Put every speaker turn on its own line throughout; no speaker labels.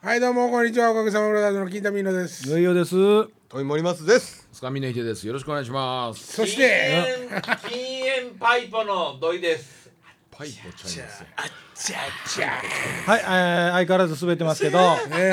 はいどうもこんにちはおかげさまブラザーズの金田美乃です
よいよです。よ
富森松です。
つかみねひでです。よろしくお願いします。
そして
禁煙禁煙パイプの土井です
パイポちゃいます。
はい、えー、相変わらず滑ってます けど。
ね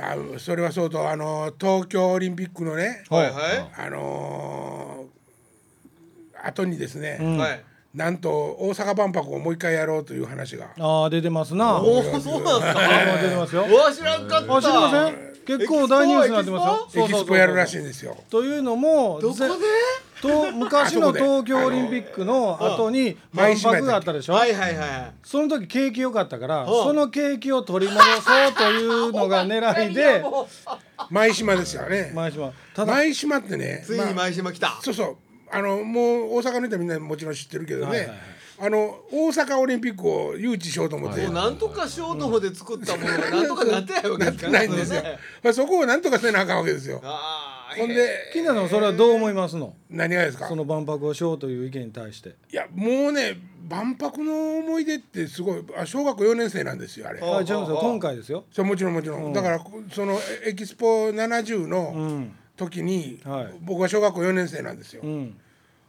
あそれはそうとあの東京オリンピックのね
はいは
あのー後にですね、
い。はい。
なんと大阪万博をもう一回やろうという話が
ああ、出てますな。あ
おお、そうなんですか。
ー出てますよ。
うわ、知らんかった。
あ、知りません。結構大ニュースになってますよ。
エキスポやるらし
い。
いんですよ。
というのも、
どこで
ぜ。と、昔の東京オリンピックの後に、万博があったでしょ。
はいはいはい。
その時景気良かったから、
ん
その景気を取り戻そうというのが狙いで。
舞島ですよね。
前島。ただ、
舞島ってね、
ついに
まあ
前島来た。
そうそう、あのもう大阪の人はみんなもちろん知ってるけどね。あの大阪オリンピックを誘致しようと思って、
もうなんとかしようと思って作ったものがなんとかなってないわけですから。
ないんですよ
ね。
まあそこをなんとかせなあかんわけですよ。
ああ。
ほんで
金田さん、それはどう思いますの。
何がですか
そ。の万博をしようという意見に対して。
いやもうね万博の思い出ってすごいあ小学校4年生なんですよあれ。
あ、違うんですよ。今回ですよ。
そうもちろんもちろん、だからそのエエキスポ70の時に、
はい
僕は小学校4年生なんですよ、
うん。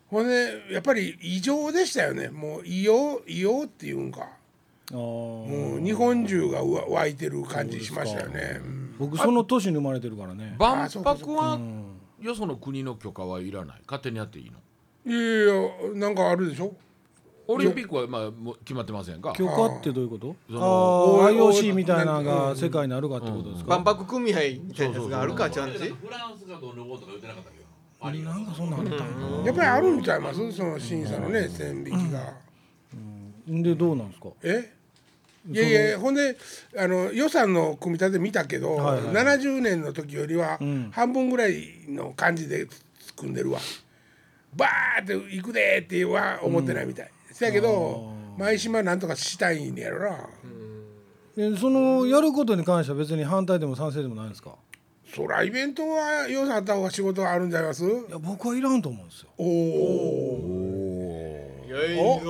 ほんでやっぱり異常でしたよねもう異様異様っていうんか
ああ。
もう日本中がうわ湧いてる感じしましたよねうん
僕その年に生まれてるからね
万博はよその国の許可はいらない。勝手にやっていいの。
いやいやなんかあるでしょ
オリンピックはまあもう決まってませんか。
許可ってどういうこと
そ
あ
の
あ IOC みたいなのが世界にあるかってことですか、
万博組合みたいなやつがあるかちゃんち。
フランスがどうのこうとか言ってなかったっけどパリが
なんかそんなんあったん
やっぱりあるんちゃいますその審査のね線引きが。
でどうなんですか
えいやいやほんであの予算の組み立て見たけど、70年の時よりは半分ぐらいの感じで組んでるわ、バーって行くでーっては思ってないみたい、せやけど舞島なんとかしたいんやろな、
えそのやることに関しては別に反対でも賛成でもないんですか
そらイベントは予算あった方が仕事はあるんじゃいます
いや僕はいらんと思うんですよ
おお
いやいやお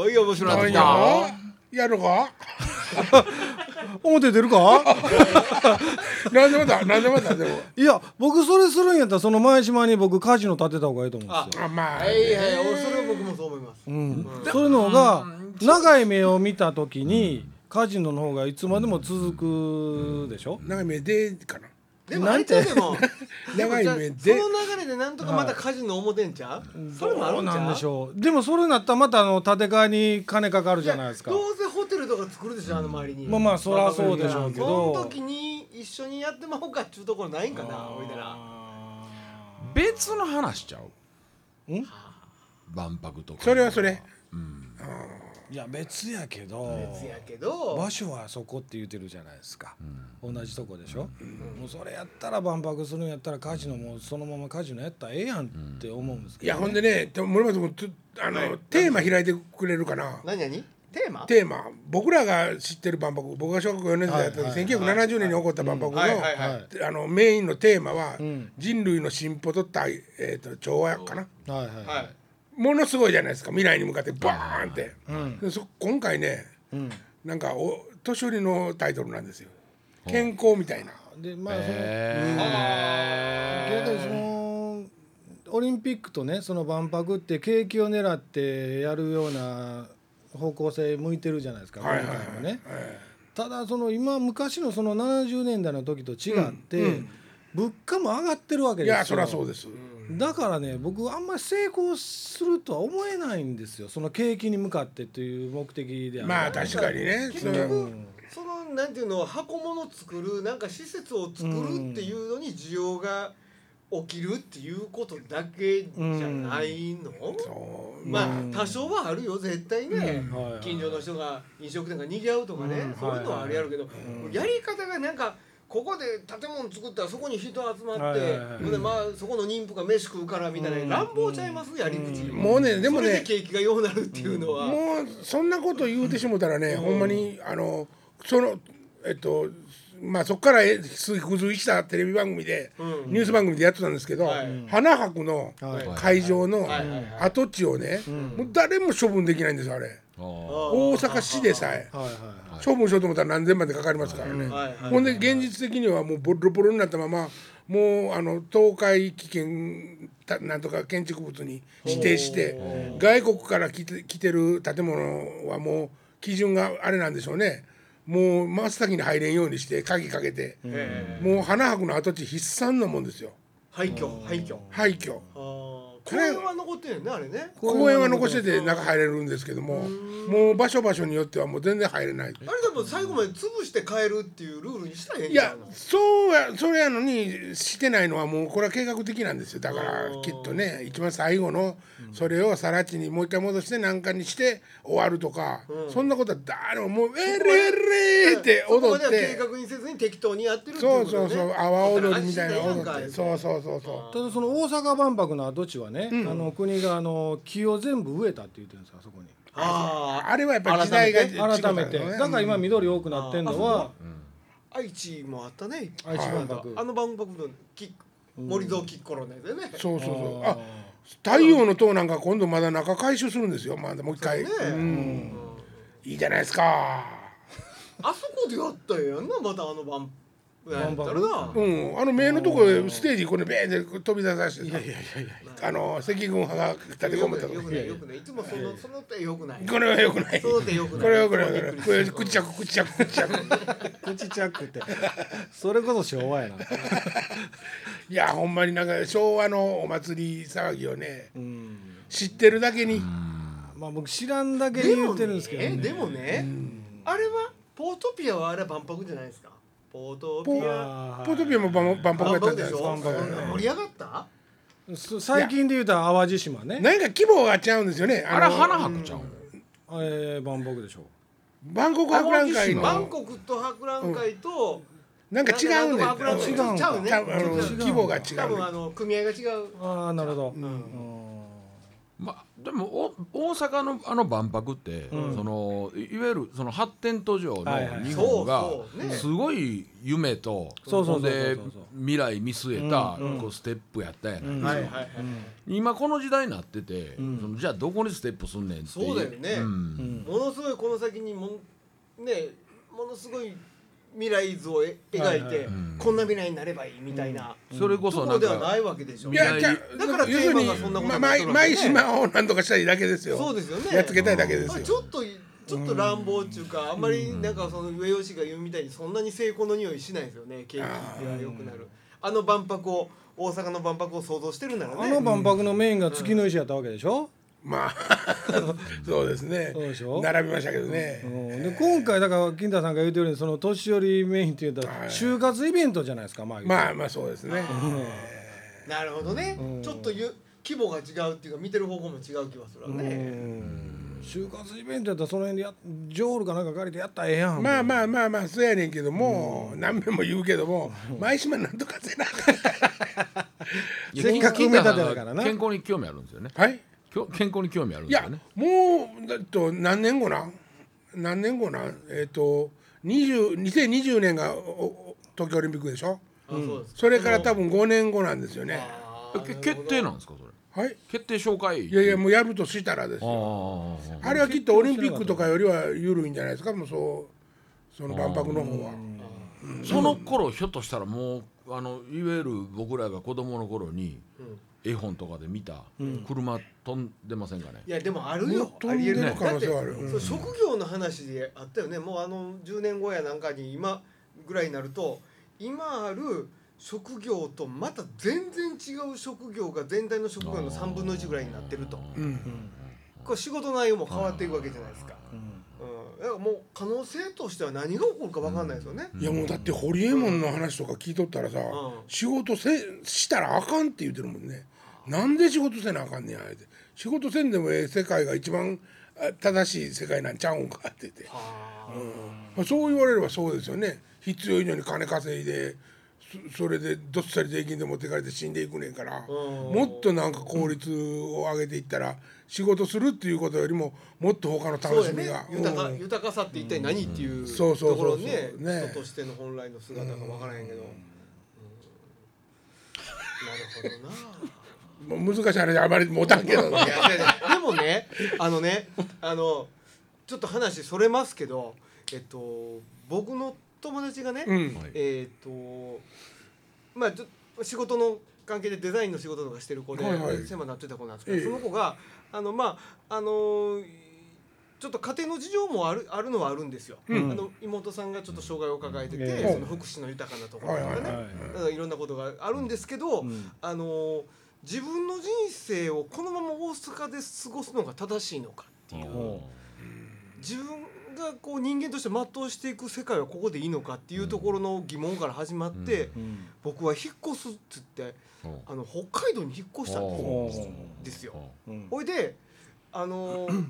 おい面白い
ーいい
っ
よ
た。
やるか
表出るか
なんでまたなんでまたでも
いや僕それするんやったらその前島に僕カジノ建てた方がいいと思うんですよ
あまあ、
はいはい、おそれは僕もそう思います。
それの方が長い目を見た時にカジノの方がいつまでも続くでしょ、
長い目でかな
でもあれちゃうでも。
長い目
その
で
流れでなんとかまた火事の表んちゃう。それもあ
そ
る
うん
ち
なん
ゃ
で
う
し。ょうでもそれになったらまたあの建て替えに金かかるじゃないですか
どうせホテルとか作るでしょあの周りに
まあまあそらそうでしょうけど
その時に一緒にやってまおうかっちゅうところないんかなみたいな
別の話しちゃう。
ん
万博とか。
それはそれ。
いや別やけど
せやけど
場所はそこって言ってるじゃないですか、同じとこでしょ、もうそれやったら万博するんやったらカジノもそのままカジノやったらええやんって思うんです
い
け
や
ど、
ほんでね、でも森松君つあの、テーマ開いてくれるかな。
何何テーマ
テーマ、僕らが知ってる万博、僕が小学校4年生だった時、1970年に起こった万博の、
はいはいはい
あのメインのテーマは、
ん
人類の進歩と対、えー、と調和かな。
はいはい、
はい
ものすごいじゃないですか、未来に向かってバーンって。でそ今回ね、
ん
なんかお年寄りのタイトルなんですよ。健康みたいな。
でまあその、
へ
けどそのオリンピックとねその万博って景気を狙ってやるような方向性向いてるじゃないですか、
はいはいはい
今回もね。ただその今昔のその70年代の時と違って、物価も上がってるわけ
い
ですよ。
や、そりゃそうです。
だからね僕あんまり成功するとは思えないんですよその景気に向かってという目的であれば
まあ確かにね。そ
結
れは
局そのなんていうの箱物作るなんか施設を作るっていうのに需要が起きるっていうことだけじゃないの
そう
まあ多少はあるよ絶対ね
はいはい
近所の人が飲食店が賑わうとかねそういうのはあるやるけどやり方がなんかここで建物作ったらそこに人集まっ
はい
て
はいはい
ほんでまあそこの妊婦が飯食うからみたいな乱暴ちゃいますやり口
もうね、でも
それ
ね
で。景気が良くなるっていうのは
もうそんなこと言うてしもたらね、ほんまにあのそのえっとまあそこからえすぐ付随したテレビ番組で、ニュース番組でやってたんですけど、
はい
花博の
はい
会場の
はいはいはい
跡地をね、もう誰も処分できないんですよあれ。大阪市でさえ
はいはいは
処分しようと思ったら何千万でかかりますからね、
はいはい
ほんで現実的にはもうボロボロになったままもうあの東海危険たなんとか建築物に指定して外国から来て来てる建物はもう基準があれなんでしょうねもう真っ先に入れんようにして鍵かけて、
ええ
もう花博の跡地必産なもんですよ
廃墟廃墟
廃墟
あー公園は残ってんねんねあれね
公園は残してて中入れるんですけどももう場所場所によってはもう全然入れない
あれでも最後まで潰して帰るっていうルールにしたらへん
い
ちゃ
や
うの
そうやそれやのにしてないのはもうこれは計画的なんですよだからきっとね一番最後のそれを更地にもう一回戻して何かにして終わるとか、そんなことは誰ももう「えれえれ」って
そこ
踊
ま
っ
では計
て
画にせずに適当にやってるってい
そうう
こ
そ
と
う
ね
そう阿波踊りみたいな
あ
踊
んたら安心
っ
やん
て
か
そうそうそうそ
い、ただその大阪万博の跡地はね、あの国があの木を全部植えたって言ってるんですよあそこに
う
あ
あれはやっぱり時代が違うから
改
ね
めてだから今緑多くなってんのは
あ愛知もあったね
愛知万博
あの番組のキッ森蔵キッコロネでね
そうそうそうあ太陽の塔なんか今度まだ中回収するんですよまだもう一回、
ねえ
うんいいじゃないですか
あそこでやったらええやんなまたあの番
万博
やったらな
うん、あの目のとこへステージこれベーンって飛び出させていやいやいやあの赤軍派が立てこもったと
よ
こ
くないよくないいつもそのその手よくない
これはよくない
そ
こ
の手よくない
れはよくないこ
びっ
れ
くり
これくっちゃくくっちゃくくっちゃく
口ちゃくて それこそ昭和やない
やほんまになんか昭和のお祭り騒ぎをね
うん
知ってるだけに
まあ僕知らんだけに言ってるんですけどね
でもねあれはポートピアはあれは万博じゃないですかポートピア
あー
ポートピアも万万博や
万
った
博
じ
で
ゃない
し
で
ょ
すか
盛り上がった
そ最近で言うたら淡路島ね
なんか規模が違うんですよね
あ
の
れ花博ちゃうん
あれ万博でしょ
バンコク博覧会
バン
の
コクと博覧会と
なんか違うんだよ
なんかなんとか博覧会
違うん
ちゃうね
ちゃうあの
違う
規模が違う
多分あの組合が違う
ああなるほど、
まあ、でもお大阪のあの万博って、そのいいわゆるその発展途上の
はいはい
日本が
そうそうね
すごい夢と
そうそうそうそう
で未来見据えたこうステップやったやない、
はいはいはい
今この時代になってて、そのじゃあどこにステップすんねんってい
そうだよね
ん
ものすごいこの先にもんねものすごい未来図をえ描いてこんな未来になればいいみたいな
それこ
と
そ
こ
な
ろ
ん
では
か
ないわけでしょ
いやじゃ
だからテ
要す
ー
る
マ
に
がそんな
ま
ことになって
毎
るわけ
毎
ね
島を何とかしたいだけですよ
そうですよね
やっつけたいだけです
あ
よ
ちょっとちょっと乱暴っていうかあんまりなんかその上吉が言うみたいにそんなに成功の匂いしないですよね景気では良くなるあの万博を大阪の万博を想像してるなら
あの
ね
万博のメインが月の石やったわけでしょ、
ま あそうですね
そうでしょ
並びましたけどね、
うんで今回だから金田さんが言うてるようにその年寄りメインって言った
は
ら
い
就活イベントじゃないですかまあ、
まあまあそうですね
なるほどねちょっとゆ規模が違うっていうか見てる方向も違う気がするわね
就活イベントやったらその辺でやジョールかなんか借りてやったらええやん
まあまあまあまあそうやねんけども、何遍も言うけども毎島なんとかせなあかん
せっかく埋め立てだからな
健康に興味あるんですよね
はい
きょ健康に興味あるん
い
です
や
よね
もうだと何年後なん何年後なんえっ、と20 2020年がおお東京オリンピックでしょ
あそうです
それから多分5年後なんですよね
あ
えけ決定なんですかそれ
はい
決定紹介
いやいやもうやるとしたらです
あああ
よ
あああ
あれはきっとオリンピックとかよりは緩いんじゃないですかもうそうその万博の方は。
その頃ひょっとしたらもうあのいわゆる僕らが子供の頃に絵本とかで見た車飛んでませんかね
い、やでもあるよ
飛んでる可能性はある
だってそう職業の話であったよねもうあの10年後やなんかに今ぐらいになると今ある職業とまた全然違う職業が全体の職業の3分の1ぐらいになってるとこれ仕事内容も変わっていくわけじゃないですか、うん、だからもう可能性としては何が起こるか分かんないですよね、
いやもうだってホリエモンの話とか聞いとったらさ、
ん
仕事せしたらあかんって言ってるもんねなんで仕事せなあかんねんあえて仕事せんでもええ世界が一番あ正しい世界なんちゃうんかって言って、うんそう言われればそうですよね必要以上に金稼いでそそれでどっさり税金で持ってかれて死んでいくねんから、もっとなんか効率を上げていったら仕事するっていうことよりももっと他の
そう
楽し
や
み
ね
が。
豊か
うん
豊かさって一体何っていう
そう
と
そうそうそう
ころね
ね
人としての本来の姿が分からへんけど、うんなるほどな。
もう難しい話あまり持たんけどね。
でもねあのねあのちょっと話それますけどえっと僕の友達がね、
うん
はい
えっとまあちょっと仕事の関係でデザインの仕事とかしてる子で、
はいはい
狭なってた子なんですけど、
ええ
その子があのまああのーちょっと家庭の事情もあるあるのはあるんですよ、
ん
あの妹さんがちょっと障害を抱えてて、
ええ
その福祉の豊かなところとか
はいは
ね、
い
はい
だからいろんなことがあるんですけど、
うん
あのー自分の人生をこのまま大阪で過ごすのが正しいのかっていう自分がこう人間として全うしていく世界はここでいいのかっていうところの疑問から始まって、
うん
僕は引っ越すっつってあの北海道に引っ越したんですよ
お
ですよ。
うん
ほいで あのー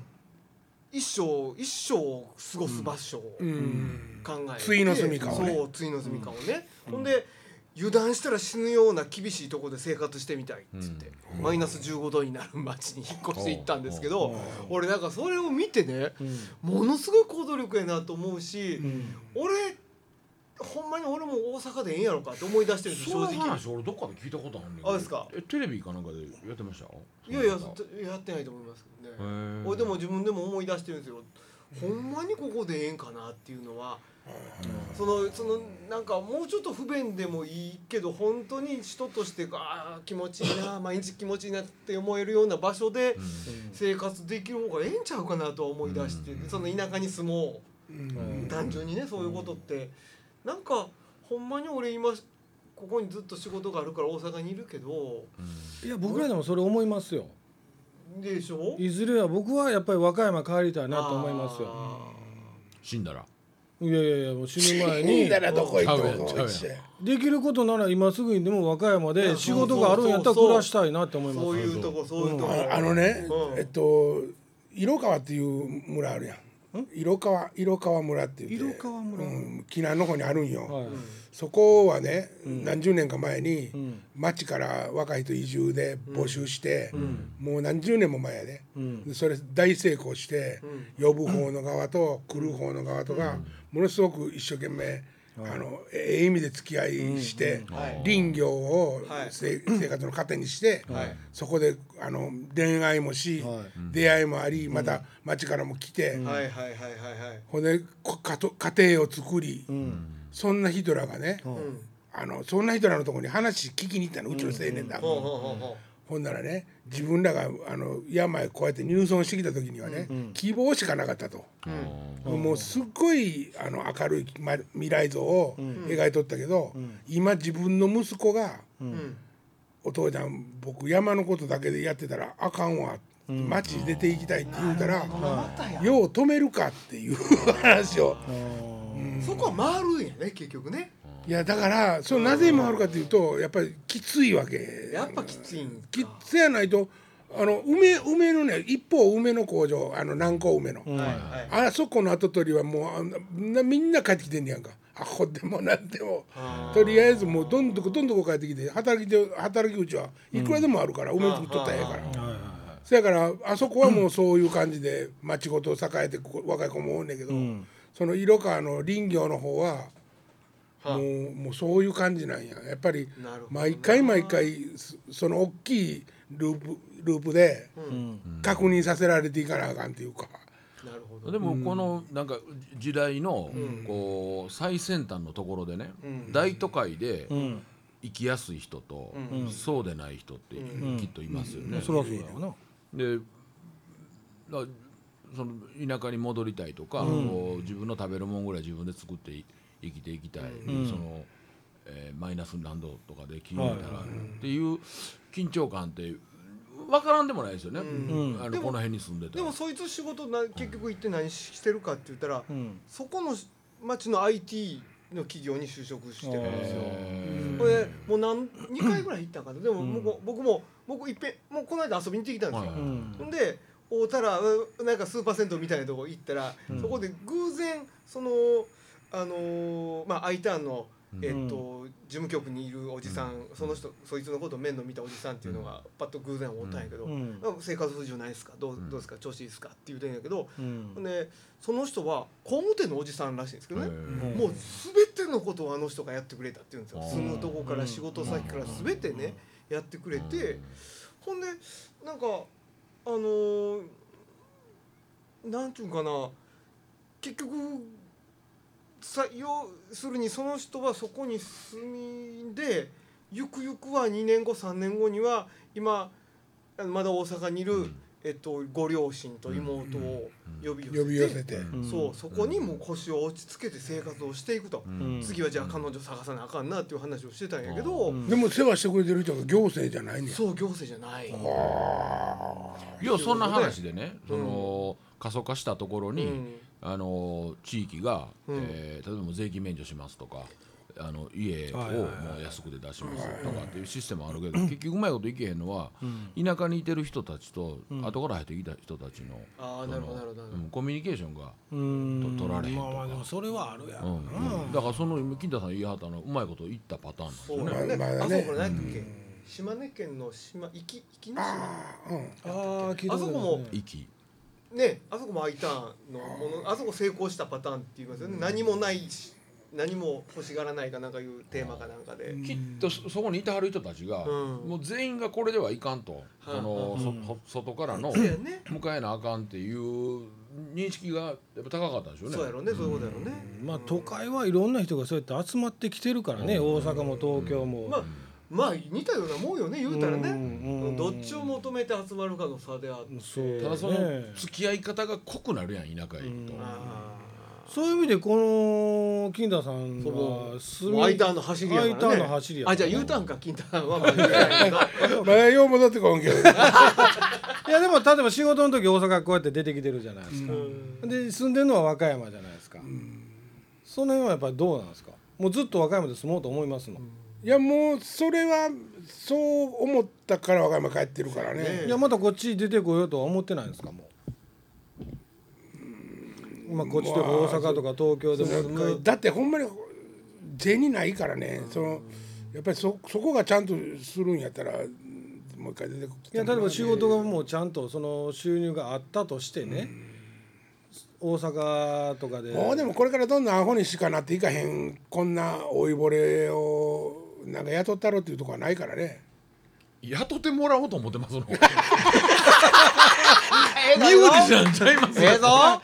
一生一生を過ごす場所を
うん
考えて、
ついの住処をね
そうついの住みかをね、ほんで油断したら死ぬような厳しいところで生活してみたいっつって、マイナス15度になる町に引っ越していったんですけど、俺なんかそれを見てね、ものすごい行動力やなと思うし、俺ほんまに俺も大阪でええんやろかって思い出してるんです
そ
正
の
直
話俺どっかで聞いたことあるねんけど
あですか
えテレビかなんかでやってました
いやいや
そんなこと
やってないと思いますけどね、
へー
俺でも自分でも思い出してるんですよほんまにここでええんかなっていうのは、そのそのなんかもうちょっと不便でもいいけど本当に人としてあー気持ちいい な毎日気持ちいいなって思えるような場所で生活できる方がええんちゃうかなとは思い出して、その田舎に住もう。
うん
単純にねそういうことってなんかほんまに俺今ここにずっと仕事があるから大阪にいるけど
いや僕らでもそれ思いますよ
でしょ
いずれは僕はやっぱり和歌山帰りたいなと思いますよ
あ
死んだら
いやいやいやもう死ぬ前
死ん
に
だらどこ行っても
ちゃうやんちゃう
できることなら今すぐにでも和歌山で仕事があるんやったら暮らしたいなって思
ー
いま
そう
す
いうとこそういうとこ、
ああのね、
うん
えっと色川っていう村あるやん色川色川村って言って
色川村
うん、紀南の方にあるんよ、
はい
そこはね、何十年か前に、
ん
町から若い人移住で募集して、もう何十年も前やで、
うん
でそれ大成功して、呼ぶ方の側と来る方の側とが、ものすごく一生懸命、あのええ意味で付き合いして、
はい
林業を、
はい
せ生活の糧にして、
はい
そこであの恋愛もし、
は
出会いもありまた町からも来て、
はいはいはいはいはい
ほんでこ家と家庭を作り、そんなヒトラーがね、
うん
あのそんなヒトラーのところに話聞きに行ったのうちの青年だ、
ほうほうほうほ
ほんならね自分らがあの病こうやって入村してきた時にはね、希望しかなかったと、もうすっごいあの明るい、ま、未来像を描いとったけど、今自分の息子が、
ううん
お父ちゃん僕山のことだけでやってたらあかんわ、町に出ていきたいって言うたら、よう止めるかっていう話を、
そこは回るんやね結局ね
いやだからそのなぜ回るかっていうとやっぱりきついわけ
やっぱきついん
きっ
か
つやないとあの梅梅のね一方梅の工場あの南高梅の、
はいはい
あそこの跡取りはもうあんなみんな帰ってきてんねやんかあほでもなんでもとりあえずもうどんどこどんどこ帰ってきて働きて働き口はいくらでもあるから、梅作っとったらええから。そやからあそこはもうそういう感じで町ごと栄えてこ若い子もおんねんけど、その色川の林業の方はもうもうそういう感じなんややっぱり
なるほど
毎回毎回そその大きいループループで確認させられていかなあかんっていうか、
なるほど
でもこのなんか時代のこう最先端のところでね、大都会で生きやすい人と、そうでない人ってきっといますよね。
それはそうだよな
でだからその田舎に戻りたいとか、こう自分の食べるもんぐらい自分で作ってい生きていきたい、その、えーマイナス何度とかで気に入ったら、っていう緊張感って分からんでもないですよね、あの
でも
この辺に住んでた
で
ら
もそいつ仕事な結局行って何してるかって言ったら、そこの町の IT の企業に就職してるんですよ。これもう何2回ぐらい行ったんかなでももうこ僕も僕いっぺんもうこの間遊びに行ってきたんですよ。
はい
ほんで会うたらうなんかスーパー銭湯みたいなとこ行ったら、そこで偶然そのあのーまあ I ターンの、えっと事務局にいるおじさん、その人そいつのことを面の見たおじさんっていうのがパッと偶然思ったんやけど、
ん
なんか生活不自由ないですかどう,、どうですか調子いいですかって言うてんやけど、
ん
ほんでその人は工務店のおじさんらしいんですけどね、
へー
もう全てのことをあの人がやってくれたっていうんですよ
あー
住むとこから仕事先から全てねやってくれてほんでなんかあのーなんていうんかな結局さ要するにその人はそこに住んでゆくゆくは2年後3年後には今あのまだ大阪にいる、えっと、ご両親と妹を呼び寄せて,、
呼び寄せて、
そうそこにもう腰を落ち着けて生活をしていくと、
ん
次はじゃあ彼女探さなあかんなっていう話をしてたんやけど、
でも世話してくれてる人が行政じゃないねん
そう行政じゃない、
いやそんな話でね、その過疎化したところに、
うん
あの地域が、えー例えばもう税金免除しますとか。あの家を
はいはい
もう安くで出しますとかっていうシステムあるけ ど、結局うまいこといけへんのは、田舎にいてる人たちと、後から入ってきた人たちの
ああなるほどなるほどなるほ
うんコミュニケーションが、
うん
と取られへんと
ま
か
あまあでもそれはあるや
う
ろ
んだからその今金田さん言い張ったのうまいこといったパターンなんです
ど、
よね。
そうだね、
まあまあ
あ
ね
そこれ何だっけ、島根県の島行き行きの島
ああうん
あー聞いたとある
あそこも
息
ねあそこも I ターンのものあそこ成功したパターンって言いますよね、何もないし何も欲しがらないかなんかいうテーマかなんかで、
きっとそそこにいてはる人たちが、
うん
もう全員がこれではいかんと、
はい
そのそほ外からの
そうやね
迎えなあかんっていう認識がやっぱ高かったんでしょうね。
そうやろねそういうことやろね、
まあ都会はいろんな人がそうやって集まってきてるからね大阪も東京も
まあまあ似たようなもんよね言うたらね、
うんうん
どっちを求めて集まるかの差であって、
そう
ただそ
ね
の付き合い方が濃くなるやん田舎へ行くと。
あ
そういう意味でこの金田さんは
あ
住
もう I ターンの走りやからね
I ターンの走りやから
あじゃあ U ターンか金ターンはまあ U ターンやけど
まだよう戻ってこんけどね
いやでも例えば仕事の時大阪こうやって出てきてるじゃないですか、
うん
で住んでるのは和歌山じゃないですか、その辺はやっぱりどうなんですかもうずっと和歌山で住もうと思いますの、
いやもうそれはそう思ったから和歌山帰ってるからね
ね
いやまたこっち出てこようとは思ってないんですかもう、まあ、こっちとか大阪とか東京でも住む、
だってほんまに銭ないからね、そのやっぱりそそこがちゃんとするんやったらもう一回出てく
いや例えば仕事がもうちゃんとその収入があったとしてね、大阪とかで
もうでもこれからどんどんアホにしかなっていかへんこんな老いぼれをなんか雇ったろっていうとこはないからね
雇ってもらおうと思ってます の。身内なんちゃいます。
ええぞ
あ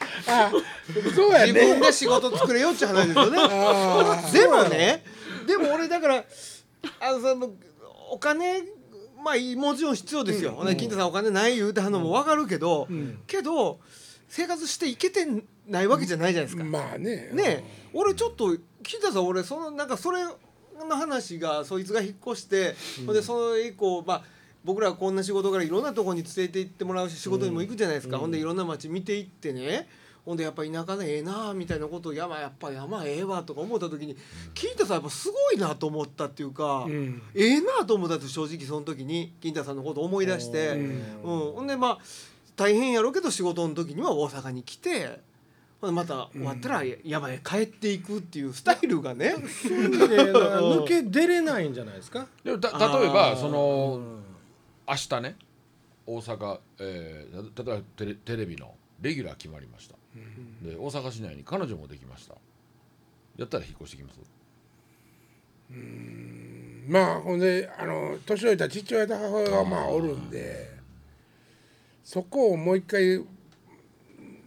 そうや
自分
ね
で仕事作れよって話ですよねでもねでも俺だからあのそのお金まあもちろん必要ですよ、ほんで金太さんお金ない言うてはんのも分かるけど、けど生活していけてないわけじゃないじゃないですか、
まあね
ねえ俺ちょっと金田さん俺そのなんかそれの話がそいつが引っ越して、ほんでそれ以降まあ僕らはこんな仕事からいろんなところに連れて行ってもらうし仕事にも行くじゃないですか、ほんでいろんな町見ていってねほんでやっぱ田舎でええなあみたいなことを山やっぱ山ええわとか思った時に金田さんやっぱすごいなと思ったっていうか、
ん
ええなあと思ったって正直その時に金田さんのこと思い出して、うんほんでまあ大変やろうけど仕事の時には大阪に来てほんでまた終わったら山へ帰っていくっていうスタイルがね、
そういう意味でだから抜け出れないんじゃないですか
でもた例えば
あー
その明日ね大阪、えーた例えばテレテレビのレギュラー決まりました、で大阪市内に彼女もできましたやったら引っ越してきます
まあほんであの年老いた父親と母親がまあおるんでそこをもう一回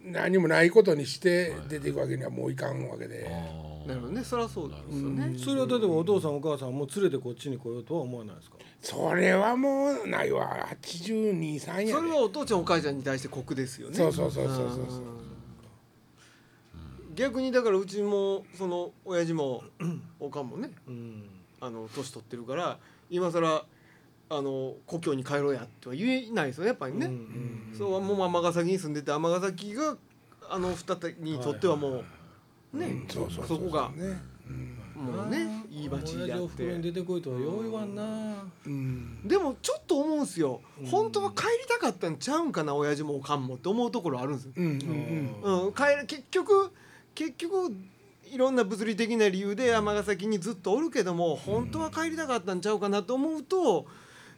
何もないことにして出ていくわけにはもういかんわけで、
なるほどねそりゃそうですよね。
それは例えばお父さんお母さんも連れてこっちに来ようとは思わないですか
それはもうないわ823やね
それはお父ちゃんお母ちゃんに対して酷ですよね。
そうそうそうそうそうそう
逆にだからうちもその親父 もおかんもね
うん
あの年取ってるから今更あの故郷に帰ろうやとは言えないですよねやっぱりね。そうはもう尼崎に住んでて尼崎があの二人にとってはもうね
そうそう
そこが
ね
もうねいい町で
親
あ
父
っ
を袋に
て
出てこいとはよう言わんな
うん
でもちょっと思うんすよ本当は帰りたかったんちゃうんかな親父もおかんもって思うところあるんですよ
うんうん
うん、帰る結局結局いろんな物理的な理由で尼崎にずっとおるけども本当は帰りたかったんちゃうかなと思うと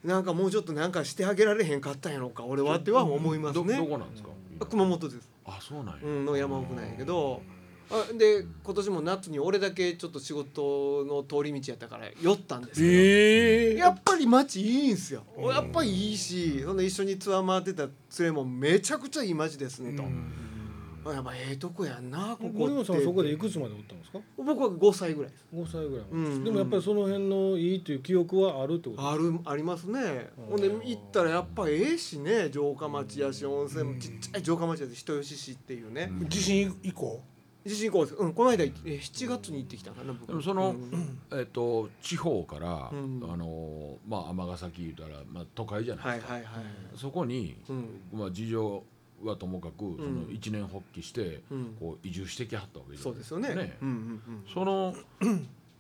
なんかもうちょっとなんかしてあげられへんかったんやろうか俺はっては思います
どど
ね
こなんですか、
熊本です、
あそうなんや、
うん、の山奥なんやけどあで今年も夏に俺だけちょっと仕事の通り道やったから酔ったんですけど
ええ
やっぱり街いいんすよやっぱりいいしその一緒にツアー回ってた連れもめちゃくちゃいい街ですねと、やっぱええとこやんなここ
森
っ
本さんは
て
そこでいくつまでおったんですか
僕は5歳ぐらいです
5歳ぐらいまで、
うん
でもやっぱりその辺のいいという記憶はあるってこと
あるありますねほんで行ったらやっぱええしね城下町やし温泉もちっちゃい城下町やし人吉市っていうね
地震以降
地震以降ですうんこの間え7月に行ってきたかな僕
でもその、
うん
えっと地方から、
うん
あのまあ尼崎言うたら、まあ、都会じゃない、
はいはいはい
そこに、
うん
まあ、事情はともかく、その一年発起して、
うん
こう移住してきはったわけじゃない
そうですよねうんうんうん
その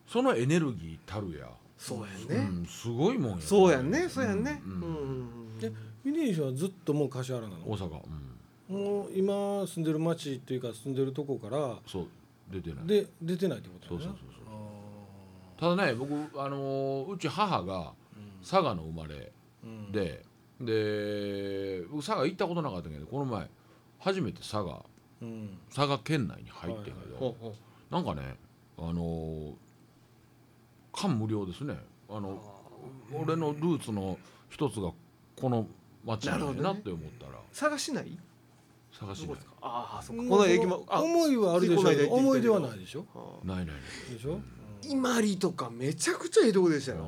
そのエネルギーたるや、
そうやん
う
ね
ん、すごいもんや、
そうやんねそうやんねう
うんんうん
うんうん
で峰岸はずっともう橿原なの
大阪、うん、
もう今住んでる町っていうか住んでるとこから
そう出てない
で出てないってこと
そう
だ
そう
よ
そう
ね
そうただね僕あのーうち母が佐賀の生まれ
うん
で、で僕佐賀行ったことなかったけどこの前初めて佐賀
うん
佐賀県内に入ってんけど、
ほうほ
なんかねあのー感無量ですねあの俺のルーツの一つがこの町なんやなって思ったら
う探しない
探し
どこ
ない
ですかああそっかこの駅もあ
思いはあるでし
ついこの間行っ
ょ
てきたけど
思い出はないでしょ
あ
ないないない
でしょ、
今里とかめちゃくちゃええとこでしたよ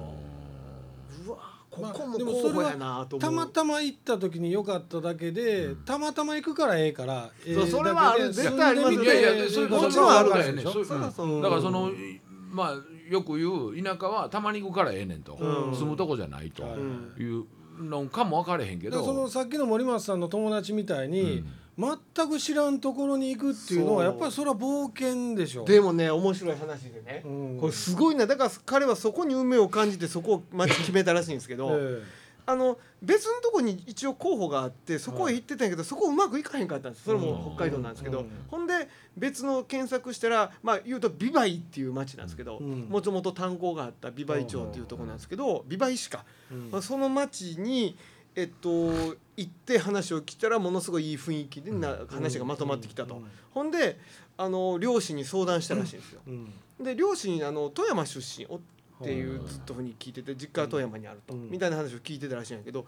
うわここも候補やなと思う、
たまたま行った時に良かっただけで、たまたま行くからええから、ええ
そうそれはある
だけで
絶対あります
住んで
よ
みて
いやいやそれ
も
も
ち
ち
ろ
ろ
ん
ん
あ
あ
る
る
か
からら
ね
ね
そう
そうそう
だからそのいまあよく言う田舎はたまに行くからええねんと、
うん
住むとこじゃないと
はい
いうのかも分かれへんけ
だからそ
ど
のさっきの森松さんの友達みたいに、全く知らんところに行くっていうのは
そ
や
う
っぱりそれは冒険でしょ
でもね面白い話でね、
うん
これすごいなだから彼はそこに運命を感じてそこをまず決めたらしいんですけど、
え
あの別のとこに一応候補があってそこへ行ってたんやけど、そこうまくいかへんかったんですそれも北海道なんですけど、
うん
ほんで別の検索したらまあ言うと美唄井っていう町なんですけど
うん
もともと炭鉱があった美唄井町っていうとこなんですけど美唄井市か、まあその町にえっと行って話を聞いたらものすごいいい雰囲気でな話がまとまってきたと、ほんであの漁師に相談したらしいんですよ。
えうん
で両親あの富山出身おっていうずっとふうに聞いてて実家は富山にあると、
うん
みたいな話を聞いてたらしいんやけど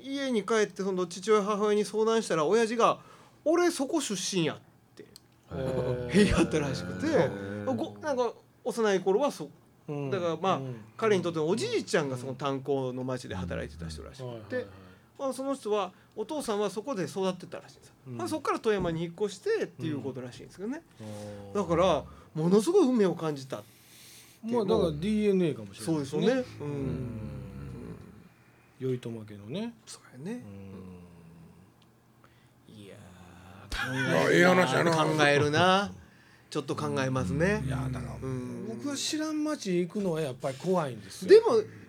家に帰ってその父親母親に相談したら親父が「俺そこ出身や」って
え
言い張ったらしくてごなんか幼い頃はそ
うん
だからまあ
うん
彼にとってのおじいちゃんがその炭鉱の町で働いてた人らしく
はいはいはい
て、まあ、その人はお父さんはそこで育ってたらしいんですよ、
うん
まあ、そこから富山に引っ越してっていうことらしいんですけどね、
あ
だからものすごい運命を感じた
ーまあだから DNA かもしれない
そうですよね。うん
頼朝家のね
そうやね。いや
いやええ話やな
考えるな。ちょっと考えますね。うん
僕は知らん町行くのはやっぱり怖いんですよ
でも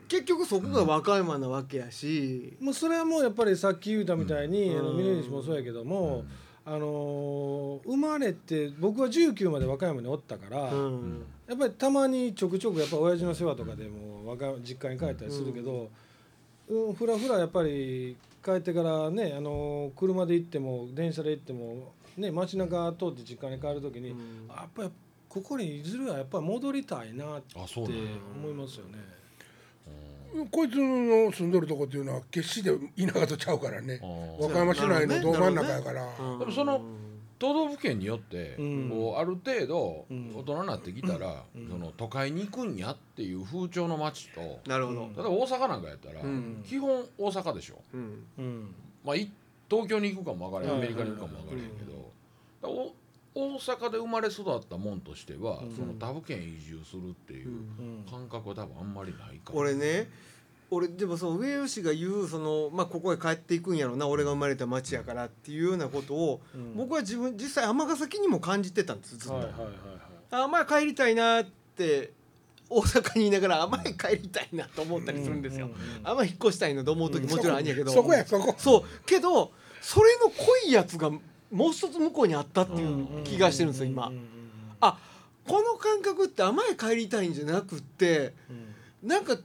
結局そこが和歌山なわけやし。
もうそれはもうやっぱりさっき言ったみたいに、
うん
あの峰岸もそうやけども、あのー生まれて僕は19まで和歌山におったから、
うん。
やっぱりたまにちょくちょくやっぱ親父の世話とかでも和歌実家に帰ったりするけど、うん、ふらふらやっぱり帰ってからね、あのー車で行っても電車で行っても、ね、街中通って実家に帰る時に、
うん
やっぱりここにいずれはやっぱり戻りたいなって
あそう
思
なんや
いますよね。
こいつの住んどるとこっていうのは決して田舎とちゃうからね
あー
和歌山市内のど真ん中やから、
でもその都道府県によって、
うん
こうある程度
うん
大人になってきたら、その都会に行くんやっていう風潮の街と、
なるほど
例え。ば大阪なんかやったら、
うん
基本大阪でしょ、
うん。
うん
まあ、い東京に行くかも分からへ
は
ん
い
アメリカに行くかも分からへんけど、だからお大阪で生まれ育ったもんとしては、その他府県移住するっていう
うん
感覚は多分あんまりないから、
俺ね。俺でもその上吉が言うそのまあここへ帰っていくんやろな俺が生まれた町やからっていうようなことを
うん
僕は自分実際尼崎にも感じてたんですずっ
はいはい
と
はいはい
あまあ帰りたいなって大阪にいながら甘い帰りたいなと思ったりするんですよ
うんうんうん
甘い引っ越したいなと思う時もちろんあるんやけど
そこやそこ
そうけどそれの濃いやつがもう一つ向こうにあったっていう気がしてるんですよ今
うんうんうん
あこの感覚って甘い帰りたいんじゃなくって
うん
なんか違う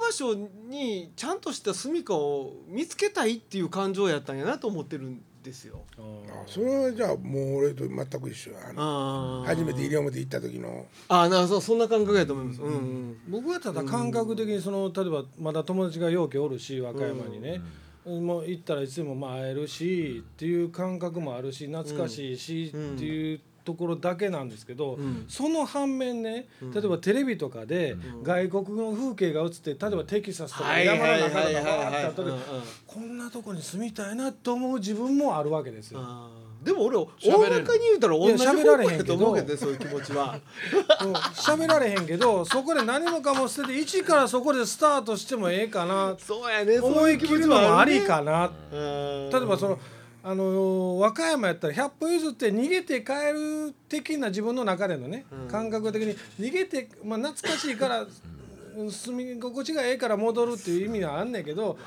場所にちゃんとした住処を見つけたいっていう感情やったんやなと思ってるんですよ。
あ
あ
ー
それはじゃあもう俺と全く一緒やあの
あー
初めて西表行った時の
あーなそうそんな感覚やと思います。うんうん
僕はただ感覚的にその例えばまだ友達が陽気おるし和歌山にね、もう行ったらいつでもまあ会えるし、っていう感覚もあるし懐かしいし、
うん
っていうところだけなんですけど、
うん
その反面ね例えばテレビとかで外国の風景が映って例えばテキサスとか
はいはい
山
は
の
い
中とか
はい
バーってあった
は
時
いうんうん
こんなとこに住みたいなと思う自分もあるわけですよ。
あーでも俺
喋れ
大
る
まかに言うたら同じ
いや
方
喋られへん
向
けど
やと思うけどねそういう気持ちは
うん喋られへんけどそこで何もかも捨てて一からそこでスタートしてもええかな
そうやね
思い切るのもありかな
例え
例えばその、あのー和歌山やったら100歩譲って逃げて帰る的な自分の中でのね、感覚的に逃げて、まあ、懐かしいからうん住み心地がええから戻るっていう意味はあんねんけど
岡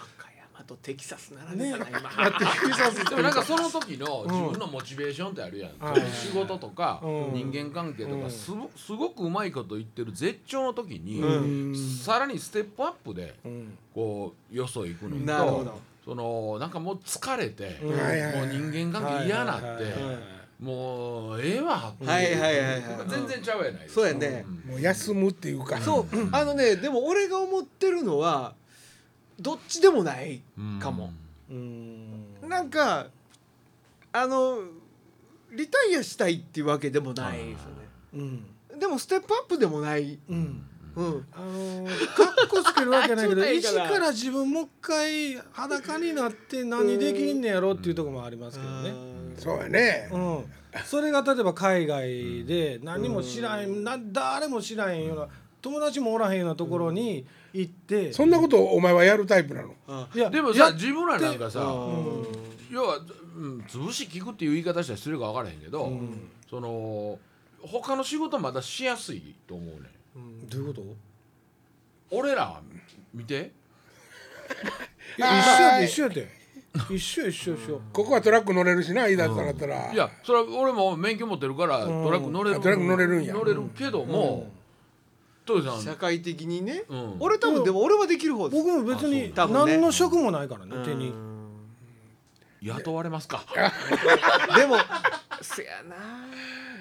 山とテキサス並べたな、 今
だって警察って
でもなんかその時の自分のモチベーションってあるやん、
はい
そういう仕事とか
うん
人間関係と
う
か
ん
すごすごくうまいこと言ってる絶頂の時に、
うん
さらにステップアップで
うん
こうよそ行くのと
なるほど
そのなんかもう疲れて、
うん
もう
はいはいはい
人間関係嫌なって、
はいはいはい
もうええわってう
はいはいはいはい
全然ちゃうやないですか
そうやね
ん
もう休むっていうか
そうあのねでも俺が思ってるのはどっちでもないかも、
うん
なん かあのリタイアしたいっていうわけでもないですよ
うん
ねでもステップアップでもない、
うん
うん、
あのー、かっこつけるわけないけど
ちょっといい
一
かな
から自分もう一回裸になって何できんねやろっていうところもありますけどね。
そうやね
うん、それが例えば海外で何も知らん、な誰も知らんような友達もおらへんようなところに行って、
そんなことお前はやるタイプなの
あ
いや
でも
や
さ自分らなんかさ、
うん
要は、うん、潰し聞くっていう言い方したら失礼か分からへんけど、その他の仕事まだしやすいと思うねん
どういうこと
俺ら見て
いや一緒やで一緒やで一緒や一緒一緒、
ここはトラック乗れるしないだったらったら
いやそれは俺も免許持ってるからトラック乗れる、
あトラック乗れるんや
乗れるけども、トヨさ
社
ん
会的にね、
うん
俺多分でも俺はできる方です
僕も別に
あそうなんだ
何の職もないからね手に
雇われますか
でもせやな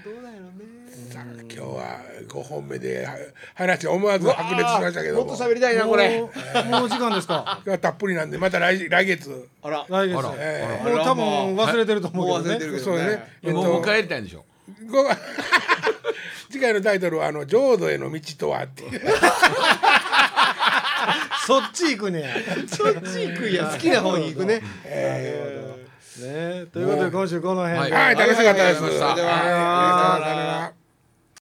どうだろうね
さあ今日は5本目では話思わず白熱しましたけど
も
も
っと喋りたいなこれ
もうもう時間ですか
今日はたっぷりなんでまた来来月
あら
来月
あら
も
え
う多分忘れてると思
も
う
う
け
忘
ど
れてる
ね
け
そ
ど
う
ね
だねえっと
もう迎えりたいんでしょ
ご 次回のタイトルはあの浄土への道とはっていう
そっち行くねやね
そっち行くんや好きな方に行くね
えということで今週この辺で、
は
はい楽しかったです
ありがとうございました
はいさよなら